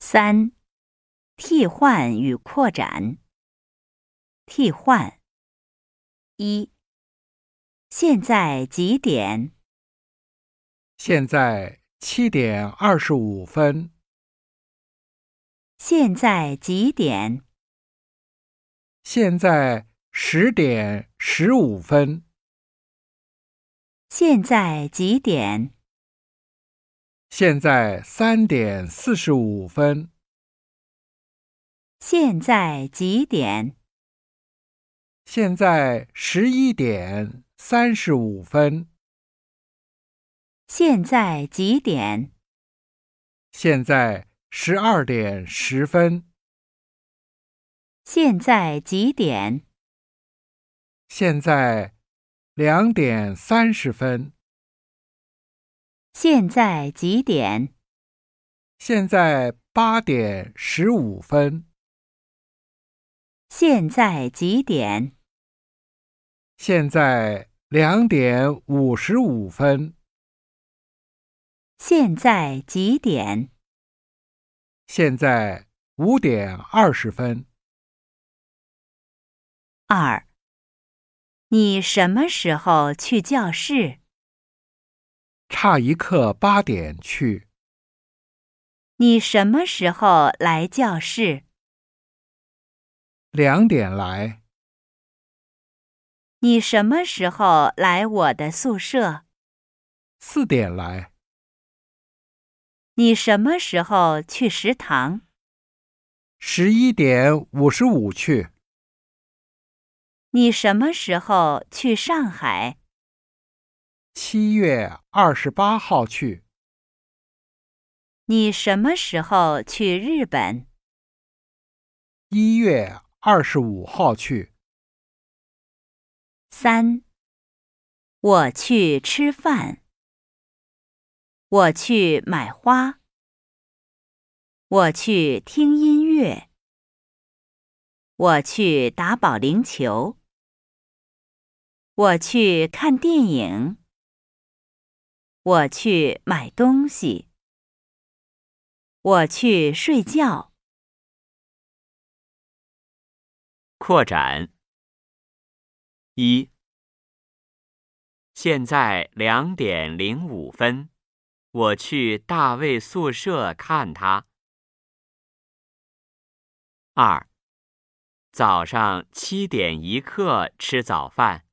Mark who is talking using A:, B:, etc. A: 三、替换与扩展。替换：一、现在几点？
B: 现在七点二十五分，
A: 现在几点？
B: 现在十点十五分，
A: 现在几点？
B: 现在三点四十五分，
A: 现在几点？
B: 现在十一点三十五分，
A: 现在几点？
B: 现在十二点十分，
A: 现在几点？
B: 现在两点三十分，
A: 现在几点？
B: 现在八点十五分，
A: 现在几点？
B: 现在两点五十五分，
A: 现在几点？
B: 现在五点二十分。
A: 二，你什么时候去教室？
B: 差一刻八点去，
A: 你什么时候来教室？
B: 两点来，
A: 你什么时候来我的宿舍？
B: 四点来，
A: 你什么时候去食堂？
B: 十一点五十五去，
A: 你什么时候去上海？
B: 七月二十八号去，
A: 你什么时候去日本？
B: 一月二十五号去，
A: 三，我去吃饭。我去买花。我去听音乐。我去打保龄球。我去看电影。我去买东西。我去睡觉。
C: 扩展。一，现在两点零五分，我去大卫宿舍看他。二，早上七点一刻吃早饭，